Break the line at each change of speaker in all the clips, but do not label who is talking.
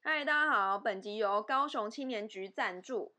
嗨，大家好，本集由高雄青年局赞助。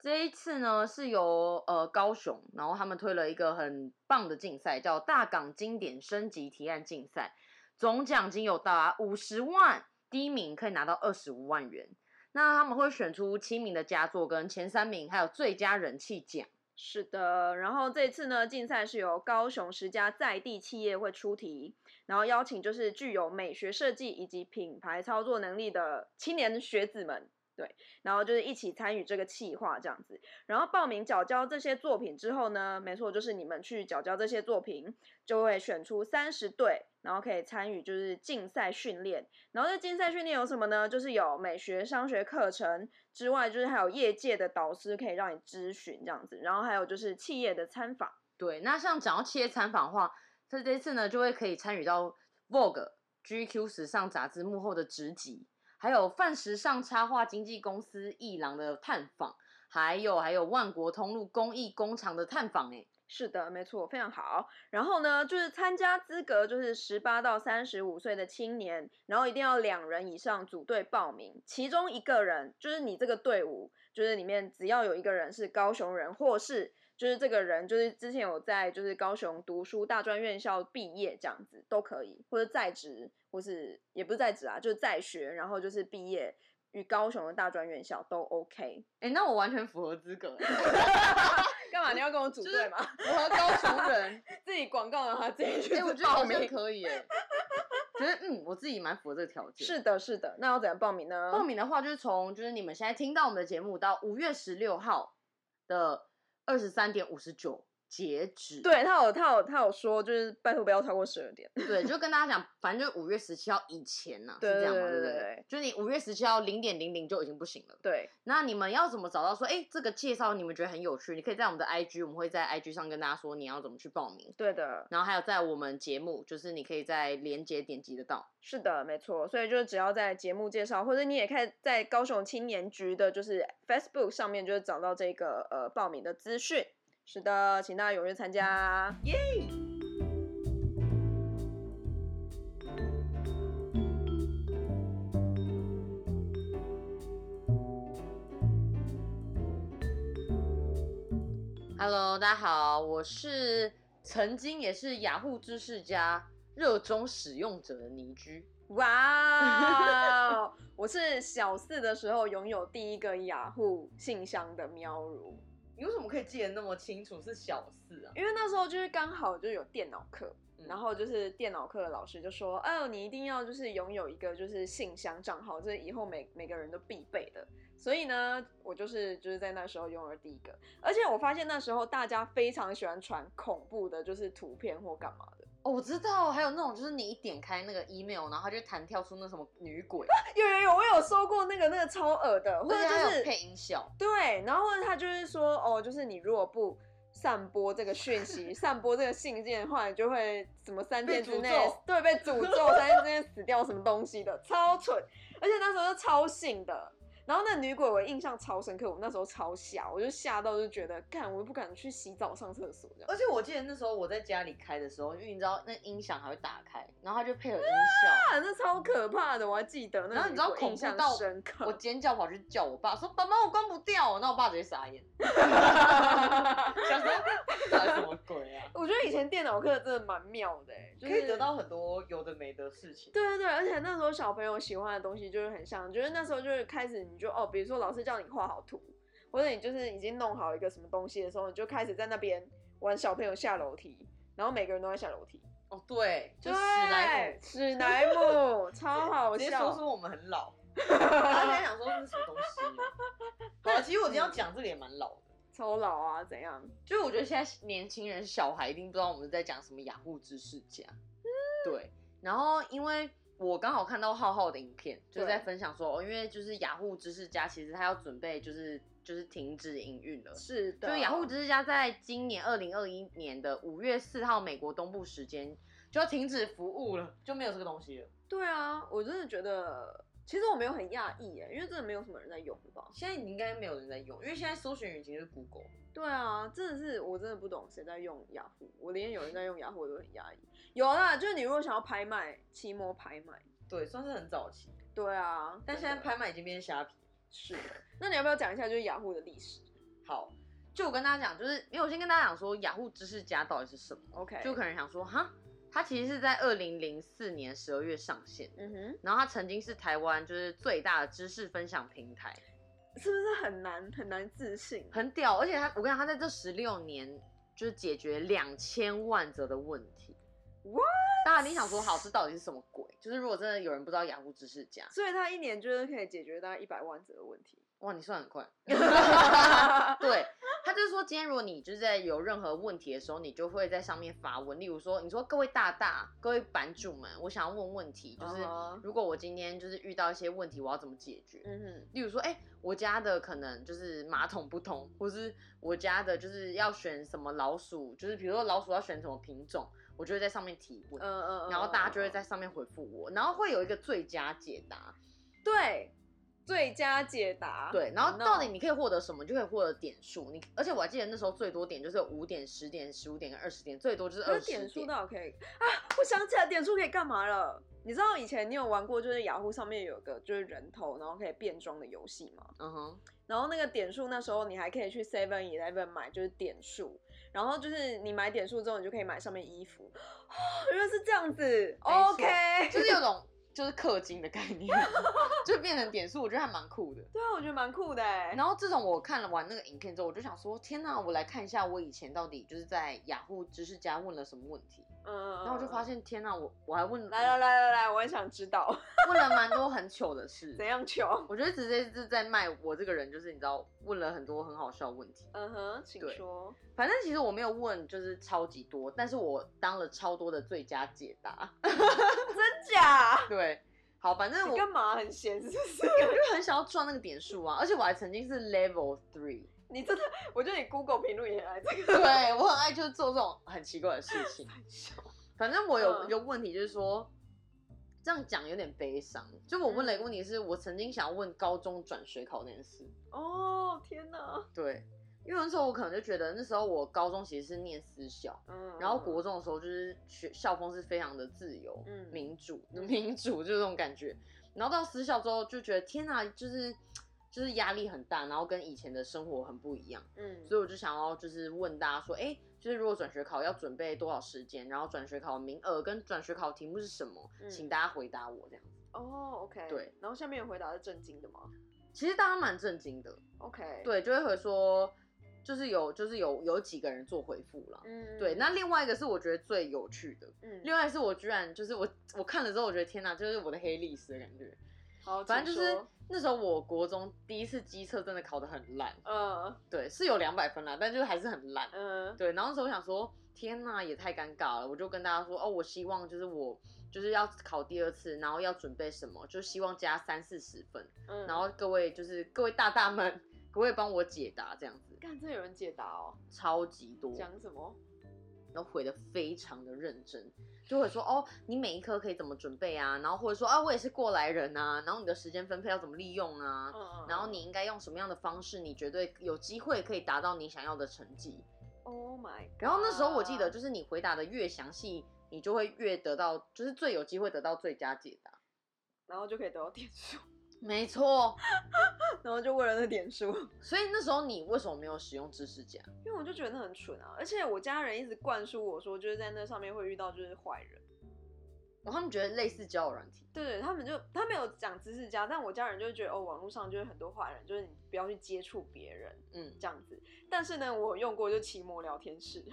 这一次呢是由呃高雄，然后他们推了一个很棒的竞赛，叫大港经典升级提案竞赛，总奖金有达五十万，第一名可以拿到二十五万元。那他们会选出七名的佳作跟前三名，还有最佳人气奖。
是的，然后这次呢，竞赛是由高雄十家在地企业会出题，然后邀请就是具有美学设计以及品牌操作能力的青年学子们，对，然后就是一起参与这个企划这样子。然后报名缴交这些作品之后呢，没错，就是你们去缴交这些作品，就会选出三十队，然后可以参与就是竞赛训练。然后这竞赛训练有什么呢？就是有美学、商学课程，之外，就是还有业界的导师可以让你咨询这样子，然后还有就是企业的参访。
对，那像讲到企业参访的话，这这次呢就会可以参与到 Vogue、GQ 时尚杂志幕后的职级，还有泛时尚插画经纪公司艺廊的探访，还有还有万国通路工艺工厂的探访，哎，
是的，没错，非常好。然后呢，就是参加资格就是十八到三十五岁的青年，然后一定要两人以上组队报名，其中一个人就是你这个队伍，就是里面只要有一个人是高雄人，或是就是这个人就是之前有在就是高雄读书大专院校毕业这样子都可以，或者在职，或是也不是在职啊，就是在学，然后就是毕业于高雄的大专院校都 OK。
哎，那我完全符合 资格，哎
干嘛你要跟我组队吗？
我和高雄人，
自己广告的话自己去
哎，我觉得
报
好
名
像。可以，哎，觉得嗯，我自己蛮符合这个条件。
是的，是的，那要怎样报名呢？
报名的话，就是从就是你们现在听到我们的节目到五月十六号的二十三点五十九截止。
对他有他有他有说，就是拜托不要超过十二点。
对，就跟大家讲，反正就五月十七号以前呐、
对
是这样嘛，
对
对
对
不对？
对
就是你五月十七号零点零零就已经不行了。
对，
那你们要怎么找到说，哎，这个介绍你们觉得很有趣？你可以在我们的 IG，我们会在 IG 上跟大家说你要怎么去报名。
对的，
然后还有在我们节目，就是你可以在连接点击得到。
是的，没错。所以就是只要在节目介绍，或者你也可以在高雄青年局的，就是 Facebook 上面，就是找到这个呃报名的资讯。是的，请大家踊跃参加。耶、
Hello，大家好，我是曾经也是雅虎知识家热衷使用者的倪居。
哇哦！ 我是小四的时候拥有第一个雅虎信箱的喵如，
你为什么可以记得那么清楚？是小四啊？
因为那时候就是刚好就有电脑课，
嗯
然后就是电脑课的老师就说：“哦，你一定要就是拥有一个就是信箱账号，这是以后每每个人都必备的。”所以呢，我就是就是在那时候拥有了第一个，而且我发现那时候大家非常喜欢传恐怖的，就是图片或干嘛的。
哦，我知道，还有那种就是你一点开那个 email，然后它就弹跳出那什么女鬼，
有有有，我有收过那个那个超恶的，或
而
者就
且还
是
啊有配音效。
对，然后或者他就是说，哦，就是你如果不散播这个讯 息、散播这个信件的话，你就会什么三天之内
被诅咒
对被诅 咒，三天之内死掉什么东西的，超蠢。而且那时候就超信的。然后那女鬼我印象超深刻，我那时候超吓，我就吓到就觉得，干，我又不敢去洗澡上厕所这样。
而且我记得那时候我在家里开的时候，因为你知道那音响还会打开，然后它就配合音效，
啊，那超可怕的，我还记得那女鬼。
然后你知道恐
印
怖
象
到
深刻，
我尖叫跑去叫我爸，说爸妈我关不掉，那我爸直接傻眼， 想说 到底什么鬼 啊？
我觉得以前电脑课真的蛮妙的、欸，就是、
很多有的没的事情。
对对对，而且那时候小朋友喜欢的东西就是很像，就是那时候就是开始你就哦，比如说老师叫你画好图，或者你就是已经弄好一个什么东西的时候，你就开始在那边玩小朋友下楼梯，然后每个人都在下楼梯，
哦，对，就
对，
史莱姆，
史莱姆超好
直接说出
笑，
我们很老，然后现在想说这是什么东西？好了，其实我今天要讲这个也蛮老的，
超老啊，怎样？
就是我觉得现在年轻人小孩一定不知道我们在讲什么雅虎知识家，
嗯
对。然后因为我刚好看到浩浩的影片，就是在
对
分享说，哦，因为就是雅虎知识家其实他要准备就是就是停止营运了。
是
就
的，
是雅虎知识家在今年二零二一年的五月四号美国东部时间就要停止服务了，就没有这个东西了。
对啊，我真的觉得。其实我没有很讶异耶，因为真的没有什么人在用吧？
现在应该没有人在用，因为现在搜寻引擎是 Google。
对啊，真的是我真的不懂谁在用雅虎，我连有人在用雅虎我都很压抑。有啦，就是你如果想要拍卖，奇摩拍卖，
对，算是很早期，
对啊，
但现在
真的
拍卖已经变虾皮。
是。那你要不要讲一下就是雅虎的历史
好，就我跟大家讲，就是因为我先跟大家讲说雅虎知识家到底是什么，
？OK，
就可能想说哈，它其实是在二零零四年十二月上线，
嗯哼，
然后它曾经是台湾就是最大的知识分享平台，
是不是很难很难自信？啊
很屌，而且它我跟你讲，它在这十六年就是解决两千万则的问题。
What？
当然你想说好，这到底是什么鬼？就是如果真的有人不知道雅虎知识家，
所以他一年就是可以解决大概一百万折的问题。
哇，你算很 快。对，他就是说，今天如果你就是在有任何问题的时候，你就会在上面发问。例如说，你说各位大大、各位版主们，我想要问问题，就是
嗯哼
如果我今天就是遇到一些问题，我要怎么解决？
嗯哼，
例如说，哎、我家的可能就是马桶不通，或是我家的就是要选什么老鼠，就是比如说老鼠要选什么品种，我就会在上面提问，
嗯嗯，
然后大家就会
嗯
在上面回复我，然后会有一个最佳解答，
对最佳解答。
对，然后到底
No
你可以获得什么，就可以获得点数，你而且我还记得那时候最多点就是有五点、十点、十五点跟二十点，最多就是
可
二
是
十
点数倒可以啊！我想起来，点数可以干嘛了？你知道以前你有玩过，就是雅虎上面有个就是人头，然后可以变装的游戏吗？
嗯哼，
然后那个点数那时候你还可以去 Seven Eleven 买，就是点数。然后就是你买点数之后，你就可以买上面衣服。哦原来是这样子
错
，OK。
就是有种就是氪金的概念， 就变成点数，我觉得还蛮酷的。
对啊，我觉得蛮酷的哎。
然后自从我看了完那个影片之后，我就想说，天哪，我来看一下我以前到底就是在雅虎知识家问了什么问题。
嗯，
然后我就发现，天哪，我我还问
来来来来来，我也想知道
问了蛮多很糗的事
怎。样求。
我觉得直接是在卖我这个人，就是你知道问了很多很好笑的问题。
嗯哼，请
对
说。
反正其实我没有问，就是超级多，但是我当了超多的最佳解答。
真假？
对，好，反正我
你
因
干嘛很闲是不是？
为我就很想要赚那个点数啊，而且我还曾经是 level three，
你真的，我觉得你 Google 评论也来这
对
个。
我很爱就是做这种很奇怪的事情。反正我有
嗯
有问题，就是说这样讲有点悲伤。就我
嗯
问了一个问题是，我曾经想要问高中转学考那件事。
哦，天哪！
对，因为那时候我可能就觉得那时候我高中其实是念私校，
嗯，
然后国中的时候就是学校风是非常的自由、
嗯
民主、 民主就是这种感觉。然后到私校之后就觉得天哪，就是就是压力很大，然后跟以前的生活很不一样。
嗯，
所以我就想要就是问大家说，哎、就是如果转学考要准备多少时间，然后转学考名额跟转学考题目是什么，
嗯
请大家回答我这样子。
哦，OK，
对。
然后下面有回答是震惊的吗
其实大家蛮震惊的，
？OK，，
对，就会回说，就是有就是有有几个人做回复了。
嗯，
对，那另外一个是我觉得最有趣的，
嗯，
另外是我居然就是我我看了之后，我觉得天哪，就是我的黑历史的感觉。
好，
反正
请
就是
说
那时候我国中第一次机测真的考得很烂，
呃
对，是有两百分啦，但就是还是很烂。
嗯
对，然后那时候我想说，天呐，也太尴尬了，我就跟大家说，哦，我希望就是我就是要考第二次，然后要准备什么，就希望加三四十分，
嗯，
然后各位就是各位大大们，各位帮我解答这样子，
看这有人解答哦，
超级多，
讲什么？
然后回的非常的认真，就会说，哦，你每一科可以怎么准备啊，然后或者说，啊，我也是过来人啊，然后你的时间分配要怎么利用啊
嗯，嗯，
然后你应该用什么样的方式，你绝对有机会可以达到你想要的成绩。
，Oh my，
然后那时候我记得，
God
就是你回答的越详细，你就会越得到，就是最有机会得到最佳解答。
然后就可以得到点数，
没错，
然后就为了那点数，
所以那时候你为什么没有使用知识家？
因为我就觉得那很蠢啊，而且我家人一直灌输我说，就是在那上面会遇到就是坏人。
然后他们觉得类似交友软体，
对对，他们就他没有讲知识家，但我家人就会觉得哦，网络上就是很多坏人，就是你不要去接触别人
嗯，
这样子。但是呢，我有用过就奇摩聊天室，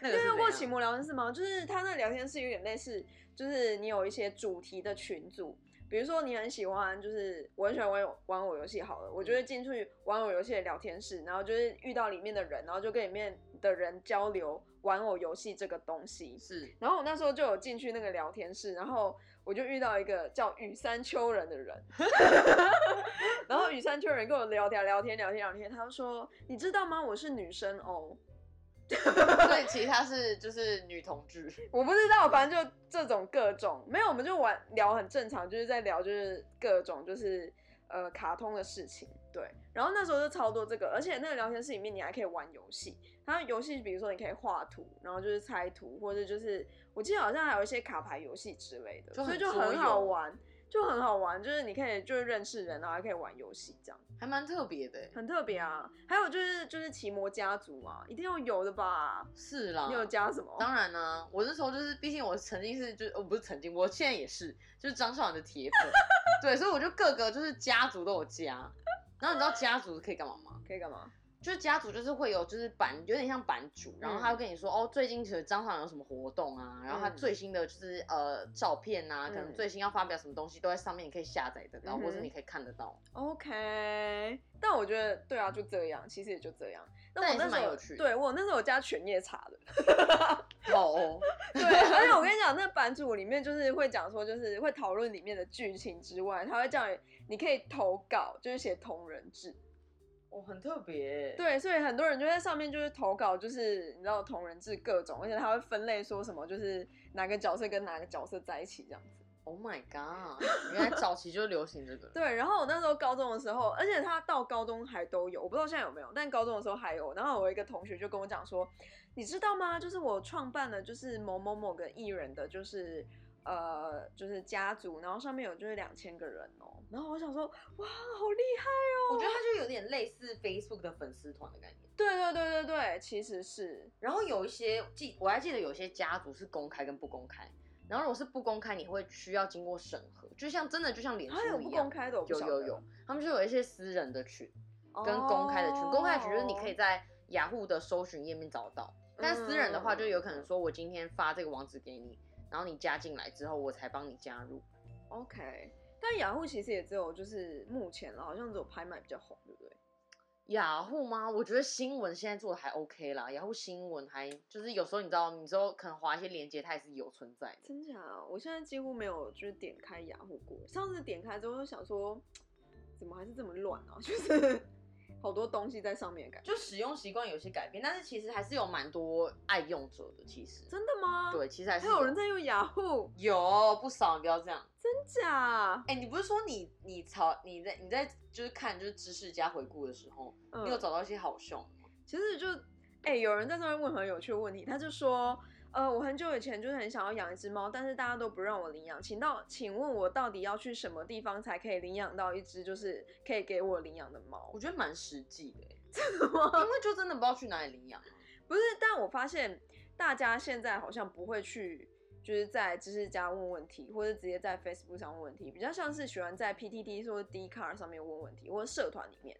那
因 为
个是
用过
怎
奇
样
摩聊天室吗？就是他那聊天室有点类似，就是你有一些主题的群组，比如说你很喜欢，就是我很喜欢玩玩偶游戏，好了，我就会
嗯
进去玩偶游戏的聊天室，然后就是遇到里面的人，然后就跟里面的人交流玩偶游戏这个东西。
是
然后我那时候就有进去那个聊天室，然后我就遇到一个叫雨山丘人的人， 然后雨山丘人跟我聊天聊天聊天聊天，他就说：“你知道吗？我是女生哦。
对，其实他是就是女同志，”
我不知道，反正就这种各种没有，我们就玩聊很正常，就是在聊就是各种就是。呃卡通的事情，对。然后那时候就超多这个，而且那个聊天室里面你还可以玩游戏，它游戏比如说你可以画图，然后就是猜图，或者就是我记得好像还有一些卡牌游戏之类的，
就
所以
很
就
桌
很好
游
玩，就很好玩，就是你可以就是认识人，然后还可以玩游戏这样。
还蛮特别的欸。
很特别啊。还有就是就是奇摩家族啊，一定要有的吧？
是啦，
你有加什么？
当然呢、我那时候就是，毕竟我曾经是，就是我不是曾经，我现在也是，就是张韶涵的铁粉，对，所以我就各个就是家族都有加。然后你知道家族可以干嘛吗？
可以干嘛？
就是家族就是会有就是版，有点像版主，然后他会跟你说、哦，最近其实张韶涵有什么活动啊，然后他
嗯
最新的就是呃照片啊，可能
嗯
最新要发表什么东西都在上面，你可以下载得到，
嗯哼
或者你可以看得到。
OK，但我觉得对啊，就这样，其实也就这样。那
但
我
也
那
是
时候
蛮有趣的
对我那时候有加犬夜叉 的，
好、哦，
对。而且我跟你讲，那版主里面就是会讲说，就是会讨论里面的剧情之外，他会叫你你可以投稿，就是写同人志。
哦，很特别。
对，所以很多人就在上面就是投稿，就是你知道同人志各种，而且他会分类说什么，就是哪个角色跟哪个角色在一起这样子。
，Oh my god，原来早期就流行这个。
对，然后我那时候高中的时候，而且他到高中还都有，我不知道现在有没有，但高中的时候还有。然后我有一个同学就跟我讲说，你知道吗？就是我创办了就是某某某个艺人的就是呃就是家族，然后上面有就是两千个人哦。然后我想说，哇，好厉害！
我觉得它就有点类似 Facebook 的粉丝团的概念。
对对对对对，其实是
然后有一些记，我还记得有些家族是公开跟不公开。然后如果是不公开，你会需要经过审核，就像真的就像脸
还啊有不
书一
公
样，
开的，我不
有
晓
有
得
有，他们就有一些私人的群跟公开的群，公开的群就是你可以
哦
在雅虎的搜寻页面找到，
嗯
但私人的话就有可能说我今天发这个网址给你，然后你加进来之后我才帮你加入。
哦 OK。但雅虎其实也只有就是目前了，好像只有拍卖比较红，对不对？
雅虎吗？我觉得新闻现在做的还 OK 啦，雅虎新闻还就是有时候你知道，你之后可能划一些链接，它也是有存在的。
真假啊？我现在几乎没有就是点开雅虎过。上次点开之后就想说，怎么还是这么乱啊？ 就是好多东西在上面感觉。
就使用习惯有些改变，但是其实还是有蛮多爱用者的。其实，
真的吗？，
对，其实还是
还有人在用雅虎，
有不少，你不要这样。
真假？
哎、你不是说你你朝你在你在就是看就是知识家回顾的时候，
嗯
你有找到一些好凶吗？
其实就哎、有人在上面问很有趣的问题，他就说，呃，我很久以前就是很想要养一只猫，但是大家都不让我领养，请到，请问我到底要去什么地方才可以领养到一只就是可以给我领养的猫
我？觉得蛮实际的、欸，因为就真的不知道去哪里领养啊。
不是，但我发现大家现在好像不会去，就是在知识家问问题，或者直接在 Facebook 上问问题，比较像是喜欢在 PTT 或者 d c a r 上面问问题，或者社团里面。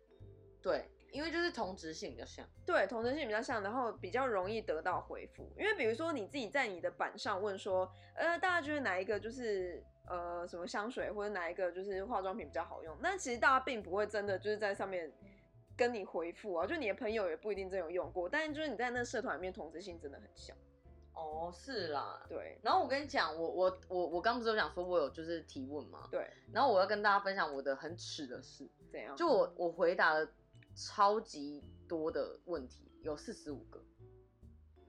对，因为就是同质性比较像。
对，同质性比较像，然后比较容易得到回复。因为比如说你自己在你的板上问说，呃，大家觉得哪一个就是呃什么香水或者哪一个就是化妆品比较好用，但其实大家并不会真的就是在上面跟你回复啊，就你的朋友也不一定真有用过，但是就是你在那社团里面同质性真的很像，
哦，是啦，
对。
然后我跟你讲，我我我我刚不是有讲说我有就是提问嘛，
对，
然后我要跟大家分享我的很耻的事，
怎样？
就我我回答了超级多的问题，有四十五个。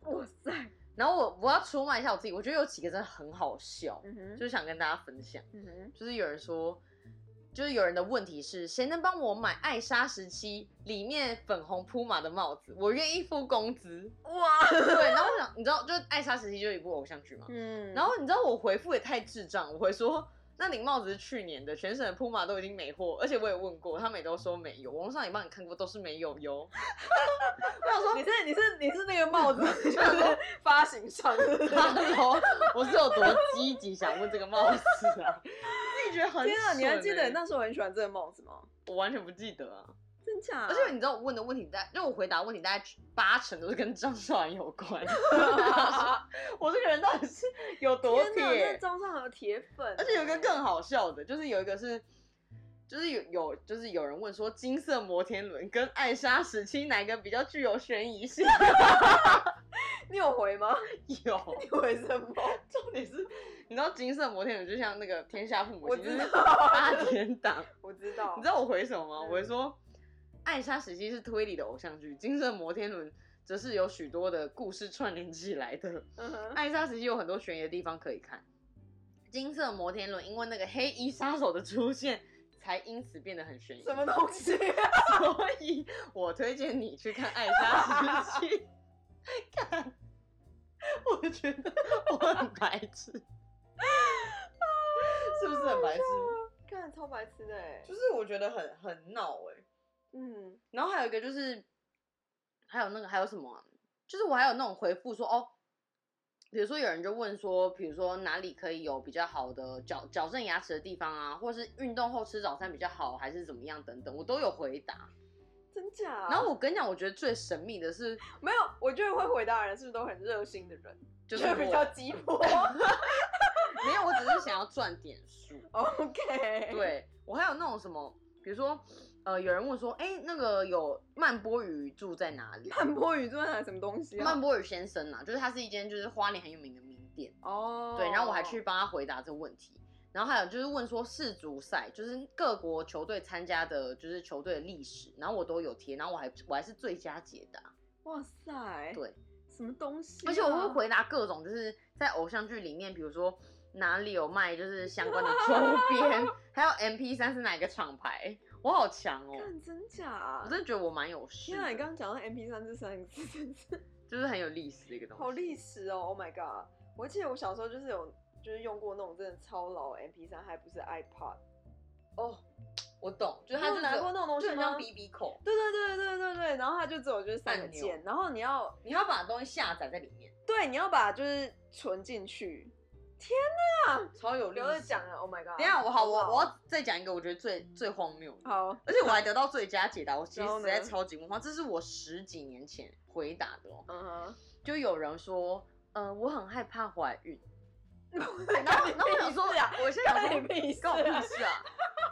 哇塞，
然后我我要出卖一下我自己，我觉得有几个真的很好笑，
嗯哼，
就是想跟大家分享。
嗯哼，
就是有人说，就是有人的问题是，谁能帮我买艾莎时期里面粉红铺马的帽子？我愿意付工资。
哇，
对，然后我想，你知道，就是艾莎时期就是一部偶像剧嘛，
嗯
然后你知道我回复也太智障，我回说那顶帽子是去年的，全省的铺马都已经没货，而且我也问过，他们也都说没有，网络上也帮你看过，都是没有哟。
我想说，你是你是你是那个 帽子，就是发行商，
哈喽，我是有多积极想问这个帽子啊？ 自己觉得很
天啊，你还
蠢
记得
欸
你那时候很喜欢这个帽子吗？
我完全不记得啊。
真假？
而且你知道我问的问题大，就我回答的问题大概八成都是跟张韶涵有关。 我这个人到底是有多
天哪，
铁
那？张上欸有铁粉，欸
而且有一个更好笑的，就是有一个是，就是有有就是有人问说金色摩天轮跟艾莎时期哪个比较具有悬疑性？
你有回吗？
有，
你回什么？
重点是你知道金色摩天轮就像那个天下父母
我
亲，
知
就是
道
八点档，
我知道，
你知道我回什么吗？
嗯
我会说艾莎时期是推理的偶像剧，金色摩天轮。则是有许多的故事串联起来的，
嗯哼，
艾莎时期有很多悬疑的地方可以看。金色摩天轮因为那个黑衣杀手的出现，才因此变得很悬疑。
什么东西？
啊
所以我推荐你去看《爱莎时期》看，我觉得我很白痴， 是不是很白痴？
看超白痴的哎，
就是我觉得很很闹哎、
嗯，
欸然后还有一个就是，还有那个还有什么啊、就是我还有那种回复说哦，比如说有人就问说，比如说哪里可以有比较好的矫矫正牙齿的地方啊，或是运动后吃早餐比较好，还是怎么样等等，我都有回答。
真假？啊
然后我跟你讲，我觉得最神秘的是，
没有，我觉得会回答的人是不是都很热心的人，
就是
觉得比
我
较鸡婆
没有，我只是想要赚点 数。
？OK，，
对我还有那种什么，比如说，呃，有人问说，哎、那个有曼波鱼住在哪里？
曼波宇做的什么东西啊
曼？波鱼先生啊，就是它是一间就是花莲很有名的名店。
哦，
对，然后我还去帮他回答这个问题。然后还有就是问说世足赛，就是各国球队参加的，就是球队的历史，然后我都有贴，然后我还我还是最佳解答，
哇塞，
对，
什么东西啊？
而且我会回答各种就是在偶像剧里面，比如说哪里有卖就是相关的周 边，还有 M P 三是哪个厂牌，我好强哦，
看真假
我？真的觉得我蛮有事
天啊，你刚刚
的，
讲到 MP 三这三个字，真是
就是很有历史的一个东西，
好历史哦！Oh my god！我记得我小时候就是有就是用过那种真的超老 MP 三，还不是 iPod，
哦，我懂，就是
你
它
有
就是
拿过那种东西
就很像
吗
B B 口，
对对对对对对，然后它就只有就是三个
按钮
键，然后你要
你要把东西下载在里面，
对你要把就是存进去，
超有历
留着
史
讲了，Oh my god！
等一下，我好，我
不
我要再讲一个我觉得最最荒谬的，
好，
而且我还得到最佳解答，我其
然
实
后
实
呢
在超级问号，这是我十几年前回答的哦。
嗯哼，
就有人说，呃，我很害怕怀孕，
然
然后然后我想 说，我现在想
干
说
你屁事
关 我
啊
屁！事啊，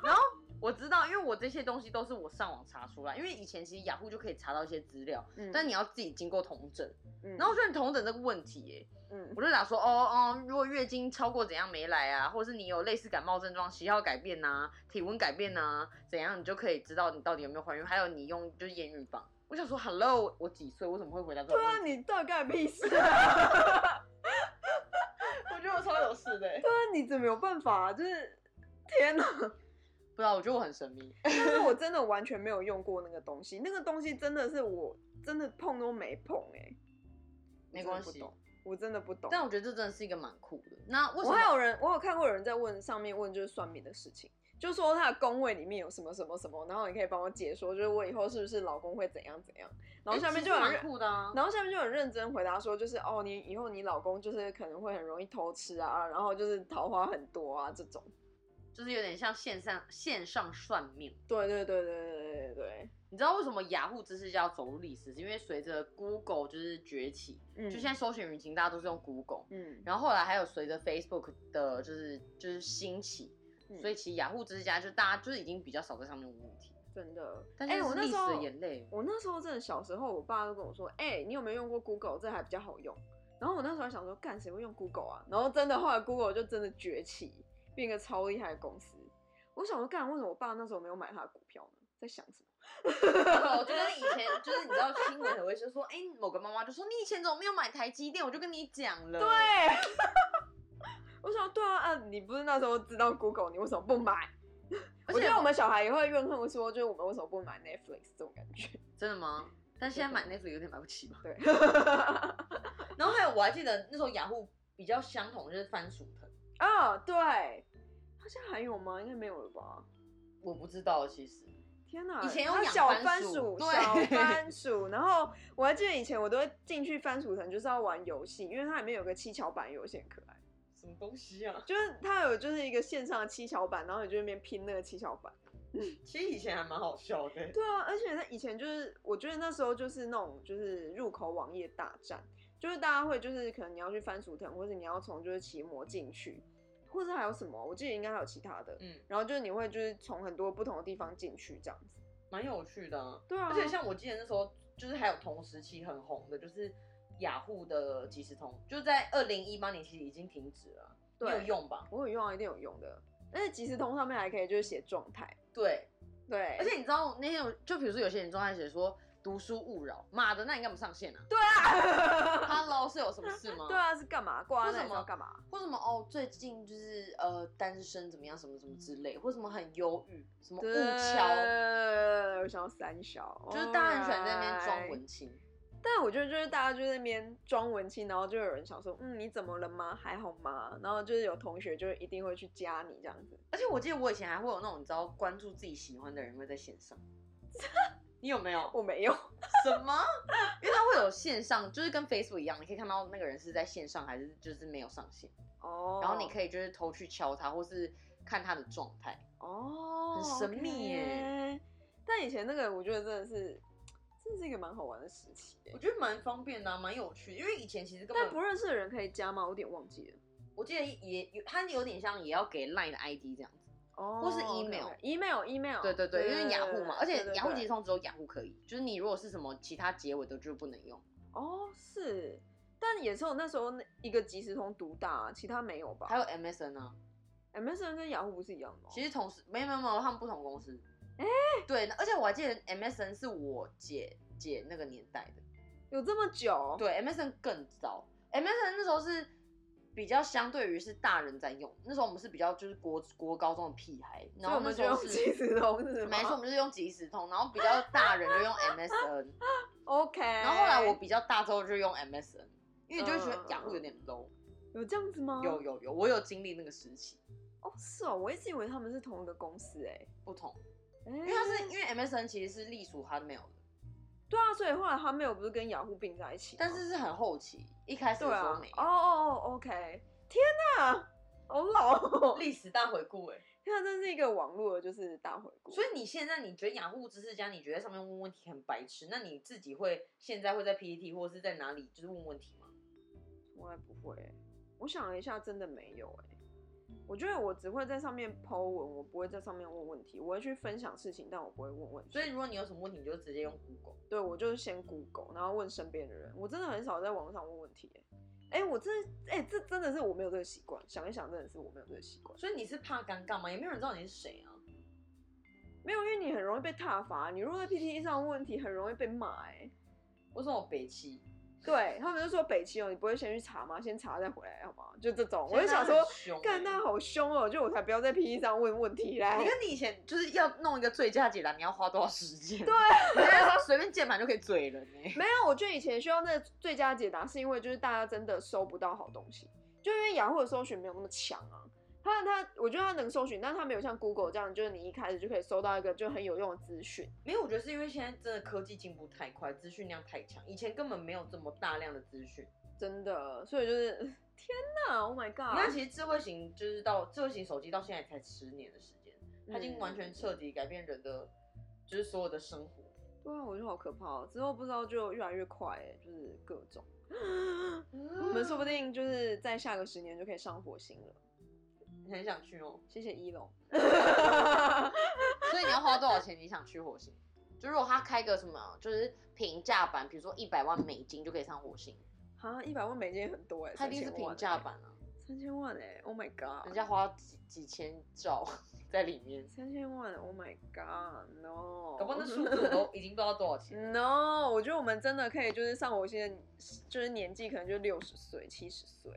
然后。我知道，因为我这些东西都是我上网查出来，因为以前其实雅虎就可以查到一些资料，
嗯
但你要自己经过同诊。
嗯
然后我觉得同诊这个问题、耶。
嗯
我就打说，哦哦，如果月经超过怎样没来啊，或是你有类似感冒症状，喜好改变呐、体温改变呐、怎样你就可以知道你到底有没有怀孕，还有你用就是验孕棒。我想说，Hello，我几岁？我怎么会回答这种
对啊，
问题？
你到底干你屁 事啊？
我觉得我超有事的、
对啊，你怎么有办法、啊？就是天哪！
不啊知道，我觉得我很神 秘。欸
但是我真的完全没有用过那个东西，那个东西真的是我真的碰都没碰哎、
没关系
我真的不懂我真的不懂。
但我觉得这真的是一个蛮酷的。那为什
我
么？
还有人，我有看过有人在问上面问就是算命的事情，就说他的宫位里面有什么什么什么，然后你可以帮我解说，就是我以后是不是老公会怎样怎样，然后下面就有
诶欸其实
人
蛮酷的啊。
然后下面就很认真回答说，就是哦，你以后你老公就是可能会很容易偷吃啊，然后就是桃花很多啊这种。
就是有点像线上线上算命。
对对对对对对对对，
你知道为什么雅虎知识要走入历史？是因为随着 Google 就是崛起，
嗯，
就现在搜寻引擎大家都是用 Google，
嗯，
然后后来还有随着 Facebook 的，就是就是兴起，
嗯
所以其实雅虎之家就大家就是已经比较少在上面问问题。
真的，
但是
哎我
是
那
历
时
史
候
的眼泪，
我那时候真的小时候，我爸都跟我说，哎、你有没有用过 Google？这还比较好用。然后我那时候还想说，干谁会用 Google 啊？然后真的后来 Google 就真的崛起，变一个超厉害的公司。我想说，干为什么我爸那时候没有买他的股票呢？在想什么？
我就跟以前就是你知道新闻很会说说，哎、某个妈妈就说你以前怎么没有买台积电？我就跟你讲了，对，
对，我想对啊啊，你不是那时候知道 Google，你为什么不买？ 我
而
觉
且
得我们小孩也会怨恨说，就是我们为什么不买 Netflix 这种感觉。
真的吗？但现在买 Netflix 有点买不起吧。
对，
然后还有我还记得那时候雅虎比较相同就是番薯藤，
啊、对，他现在还有吗？应该没有了吧？
我不知道其实，
天哪，
以前有
它
养
小
番
薯，
薯
小
对
番薯。然后我还记得以前我都会进去番薯藤，就是要玩游戏，因为它里面有个七巧板游戏很可爱，
什么东西啊？
就是它有就是一个线上的七巧板，然后你就在那边拼那个七巧板。
其实以前还蛮好笑的。
对啊，而且他以前就是，我觉得那时候就是那种就是入口网页大战，就是大家会就是可能你要去番薯藤，或者你要从就是奇摩进去，或者还有什么，我记得应该还有其他的。
嗯，
然后就是你会就是从很多不同的地方进去这样子。
蛮有趣的、啊。
对啊，
而且像我记得那时候，就是还有同时期很红的，就是雅虎的即时通，就在二零一八年其实已经停止了，没有
对，
用吧？
我有用啊，一定有用的。而且即时通上面还可以就是写状态，
对，
对，
而且你知道那天有，就比如说有些人状态写说读书勿扰，妈的，那你干嘛上线啊？对
啊，
，Hello 是有什么事吗？
对啊，是干嘛？挂
为
在那
什
里是
么
要干嘛？
或什么哦，最近就是呃单身怎么样，什么什么之类，或什么很忧郁，什么误敲，
对，我想要三小，
就是大家很喜欢在那边装
Alright
文青。
但我觉得就是大家就在那边装文青，然后就有人想说，嗯，你怎么了吗？还好吗？然后就是有同学就一定会去加你这样子，
而且我记得我以前还会有那种你知道关注自己喜欢的人会在线 上，你有没有？
我没有，
什么？因为它会有线上，就是跟 Facebook 一样，你可以看到那个人是在线上还是就是没有上线，
哦，
然后你可以就是偷去敲他，或是看他的状态。
哦，
很神秘耶
OK。但以前那个我觉得真的是，真的是一个蛮好玩的时期耶。
我觉得蛮方便的、啊，蛮有趣的。因为以前其实根
但
本
不认识的人可以加吗？我有点忘记了。
我记得也有，它有点像也要给 Line 的 ID 这样子。
哦
或是 email
email email
对对对，因为雅虎嘛，而且雅虎集
实
通只有雅虎可以，就是你如果是什么其他结尾的就不能用。
哦是，但也是有那时候那一个即时通独大，啊其他没有吧？
还有 MSN 啊，
MSN 跟雅虎不是一样的吗？哦
其实同时没有没有没有，他们不同公司。哎、对，而且我还记得 MSN 是我姐姐那个年代的。
有这么久？
对，MSN 更早，MSN 那时候是比较相对于是大人在用，那时候我们是比较就是国国高中的屁孩，
所以
然后
我
那
们
时
就
候
用
是
即时通是吗？
没错，我们就是用即时通，然后比较大人就用 MSN，
，OK。
然
然
后后来我比较大之后就用 MSN，因为就会觉
嗯
得雅虎有点 low，、
有这样子吗？
有有有，我有经历那个时期，
哦，是哦，我一直以为他们是同一个公司哎，
不同，
因
因为它
嗯
是因为 MSN 其实是隶属 Hotmail 的，
对啊，所以后来他没有不是跟雅虎并在一起吗，
但是是很后期，一开始
对
的时候
啊
没，有，
哦哦哦，OK，天哪，好老哦，
历史大回
欸
顾哎、
天哪，这是一个网络的就是大回顾，
所以你现在你觉得雅虎知识家，你觉得上面问问题很白痴，那你自己会现在会在 PPT 或是在哪里就是问问题吗？
从来不会欸。我想了一下，真的没有哎。
嗯
我觉得我只会在上面 Po 文，我不会在上面问问题。我会去分享事情，但我不会问问题。
所以如果你有什么问题，你就直接用 Google。
对我就是先 Google，然后问身边的人。我真的很少在网络上问问题欸。哎、我真哎、这真的是我没有这个习惯。想一想，真的是我没有这个习惯。
所以你是怕尴尬吗？也没有人知道你是谁啊。
没有，因为你很容易被踏伐。你如果在 PTT 上问问题，很容易被骂哎、
为什么我北七？
对他们就说北齐哦，你不会先去查吗？先查再回来好吗？就这种，我就
现在
想
很
说，
凶欸
干他好凶哦，就我才不要在 PTT 上问问题
你
嘞。
跟你以前就是要弄一个最佳解答，你要花多少时间？对， 你那时候随便键盘就可以嘴人欸呢、
没有，我觉得以前需要那个最佳解答，是因为就是大家真的搜不到好东西，就因为雅虎的搜寻没有那么强啊。它它，我觉得它能搜寻，但它没有像 Google 这样，就是你一开始就可以搜到一个就很有用的资讯。
没有，我觉得是因为现在真的科技进步太快，资讯量太强，以前根本没有这么大量的资讯。
真的，所以就是 天哪，Oh my
你看，
god！
其实智慧型就是到智慧型手机到现在才十年的时间，它
嗯
已经完全彻底改变人的，就是所有的生活。
对啊，我觉得好可怕、哦。之后不知道就越来越快、欸，就是各种。
啊
我
嗯
们说不定就是在下个十年就可以上火星了。
你很想去哦，
谢谢一龙。
所以你要花多少钱？你想去火星？就如果他开个什么，就是平价版，比如说一百万美金就可以上火星，
啊，一百万美金也很多哎、欸，
它一定是
3000万
平价
欸，
版啊，
三千万哎、o h my god！
人家花几几千兆 在里面，
三千万，Oh my God，No！
搞不好那数字我都已经不知道多少钱。
No，我觉得我们真的可以，就是上我现在就是年纪可能就六十岁、七十岁，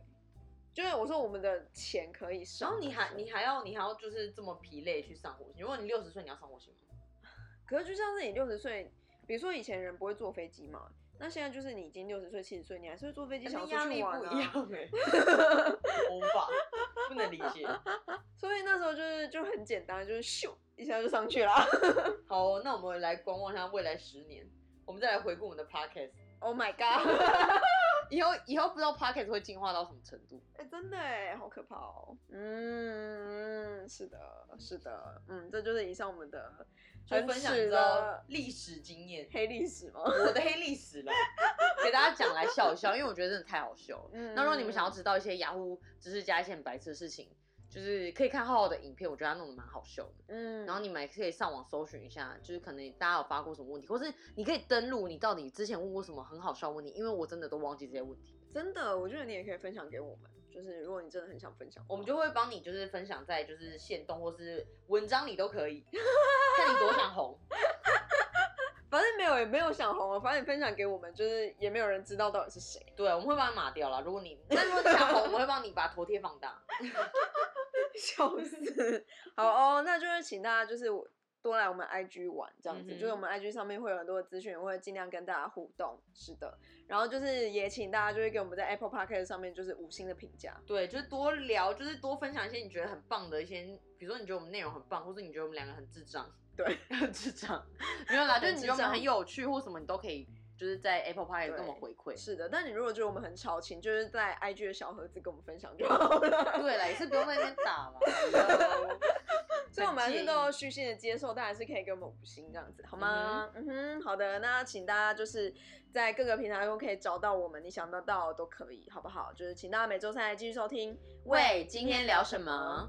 就是我说我们的钱可以上。
然后你还你还要你还要就是这么疲累去上火星？如果你六十岁你要上火星吗？
可是就像是你六十岁，比如说以前人不会坐飞机嘛，那现在就是你已经六十岁、七十岁，你还是会坐飞机，想要
压
出
力
去玩
不一
啊。
样 哎、无法不能理解。
所以那时候就是就很简单，就是咻一下就上去 了。
好哦、那我们来观望一下未来十年，我们再来回顾我们的 podcast。
oh my God！
以后以后不知道 podcast 会进化到什么程度。
哎、真的哎，好可怕哦。嗯，是的，是的，嗯，这就是以上我们的
就
很
分享
耻
你知道
的
历史经验，
黑历史吗？
我的黑历史了， 给大家讲来笑一笑，因为我觉得真的太好笑了。
嗯
那如果你们想要知道一些雅虎知识加一些很白痴的事情，就是可以看浩浩的影片，我觉得他弄得蛮好笑的。
嗯，
然后你们也可以上网搜寻一下，就是可能大家有发过什么问题，或是你可以登录你到底之前问过什么很好笑的问题，因为我真的都忘记这些问题了。
真的，我觉得你也可以分享给我们，就是如果你真的很想分享的话，
我们就会帮你就是分享在 就是线动或是文章里都可以，看你多想红。
反正没有也没有想红，啊反正你分享给我们，就是也没有人知道到底是谁。
对，我们会帮你码掉啦。如果你，但如果你想红，我们会帮你把头贴放大。
笑死！好哦，那就是请大家就是多来我们 IG 玩这样子，
嗯哼
就是我们 IG 上面会有很多的资讯，我会尽量跟大家互动。是的，然后就是也请大家就是给我们在 Apple Podcast 上面就是五星的评价。
对，就是多聊，就是多分享一些你觉得很棒的一些，比如说你觉得我们内容很棒，或者你觉得我们两个很智障，
对，
很智障，没有啦，就是你觉得我
很智障
们很有趣或什么，你都可以就是在 Apple Pie
对
跟我们回馈。
是的，但你如果觉得我们很吵，请就是在 IG 的小盒子跟我们分享就好了。
对啦，也是不用在那边打 嘛。
所以我们还
很介
是
意
都有虚心的接受，但还是可以给我们五星这样子，好吗？嗯哼，好的，那请大家就是在各个平台都可以找到我们，你想得到的都可以，好不好？就是请大家每周三来继续收听。
喂，今天聊什么？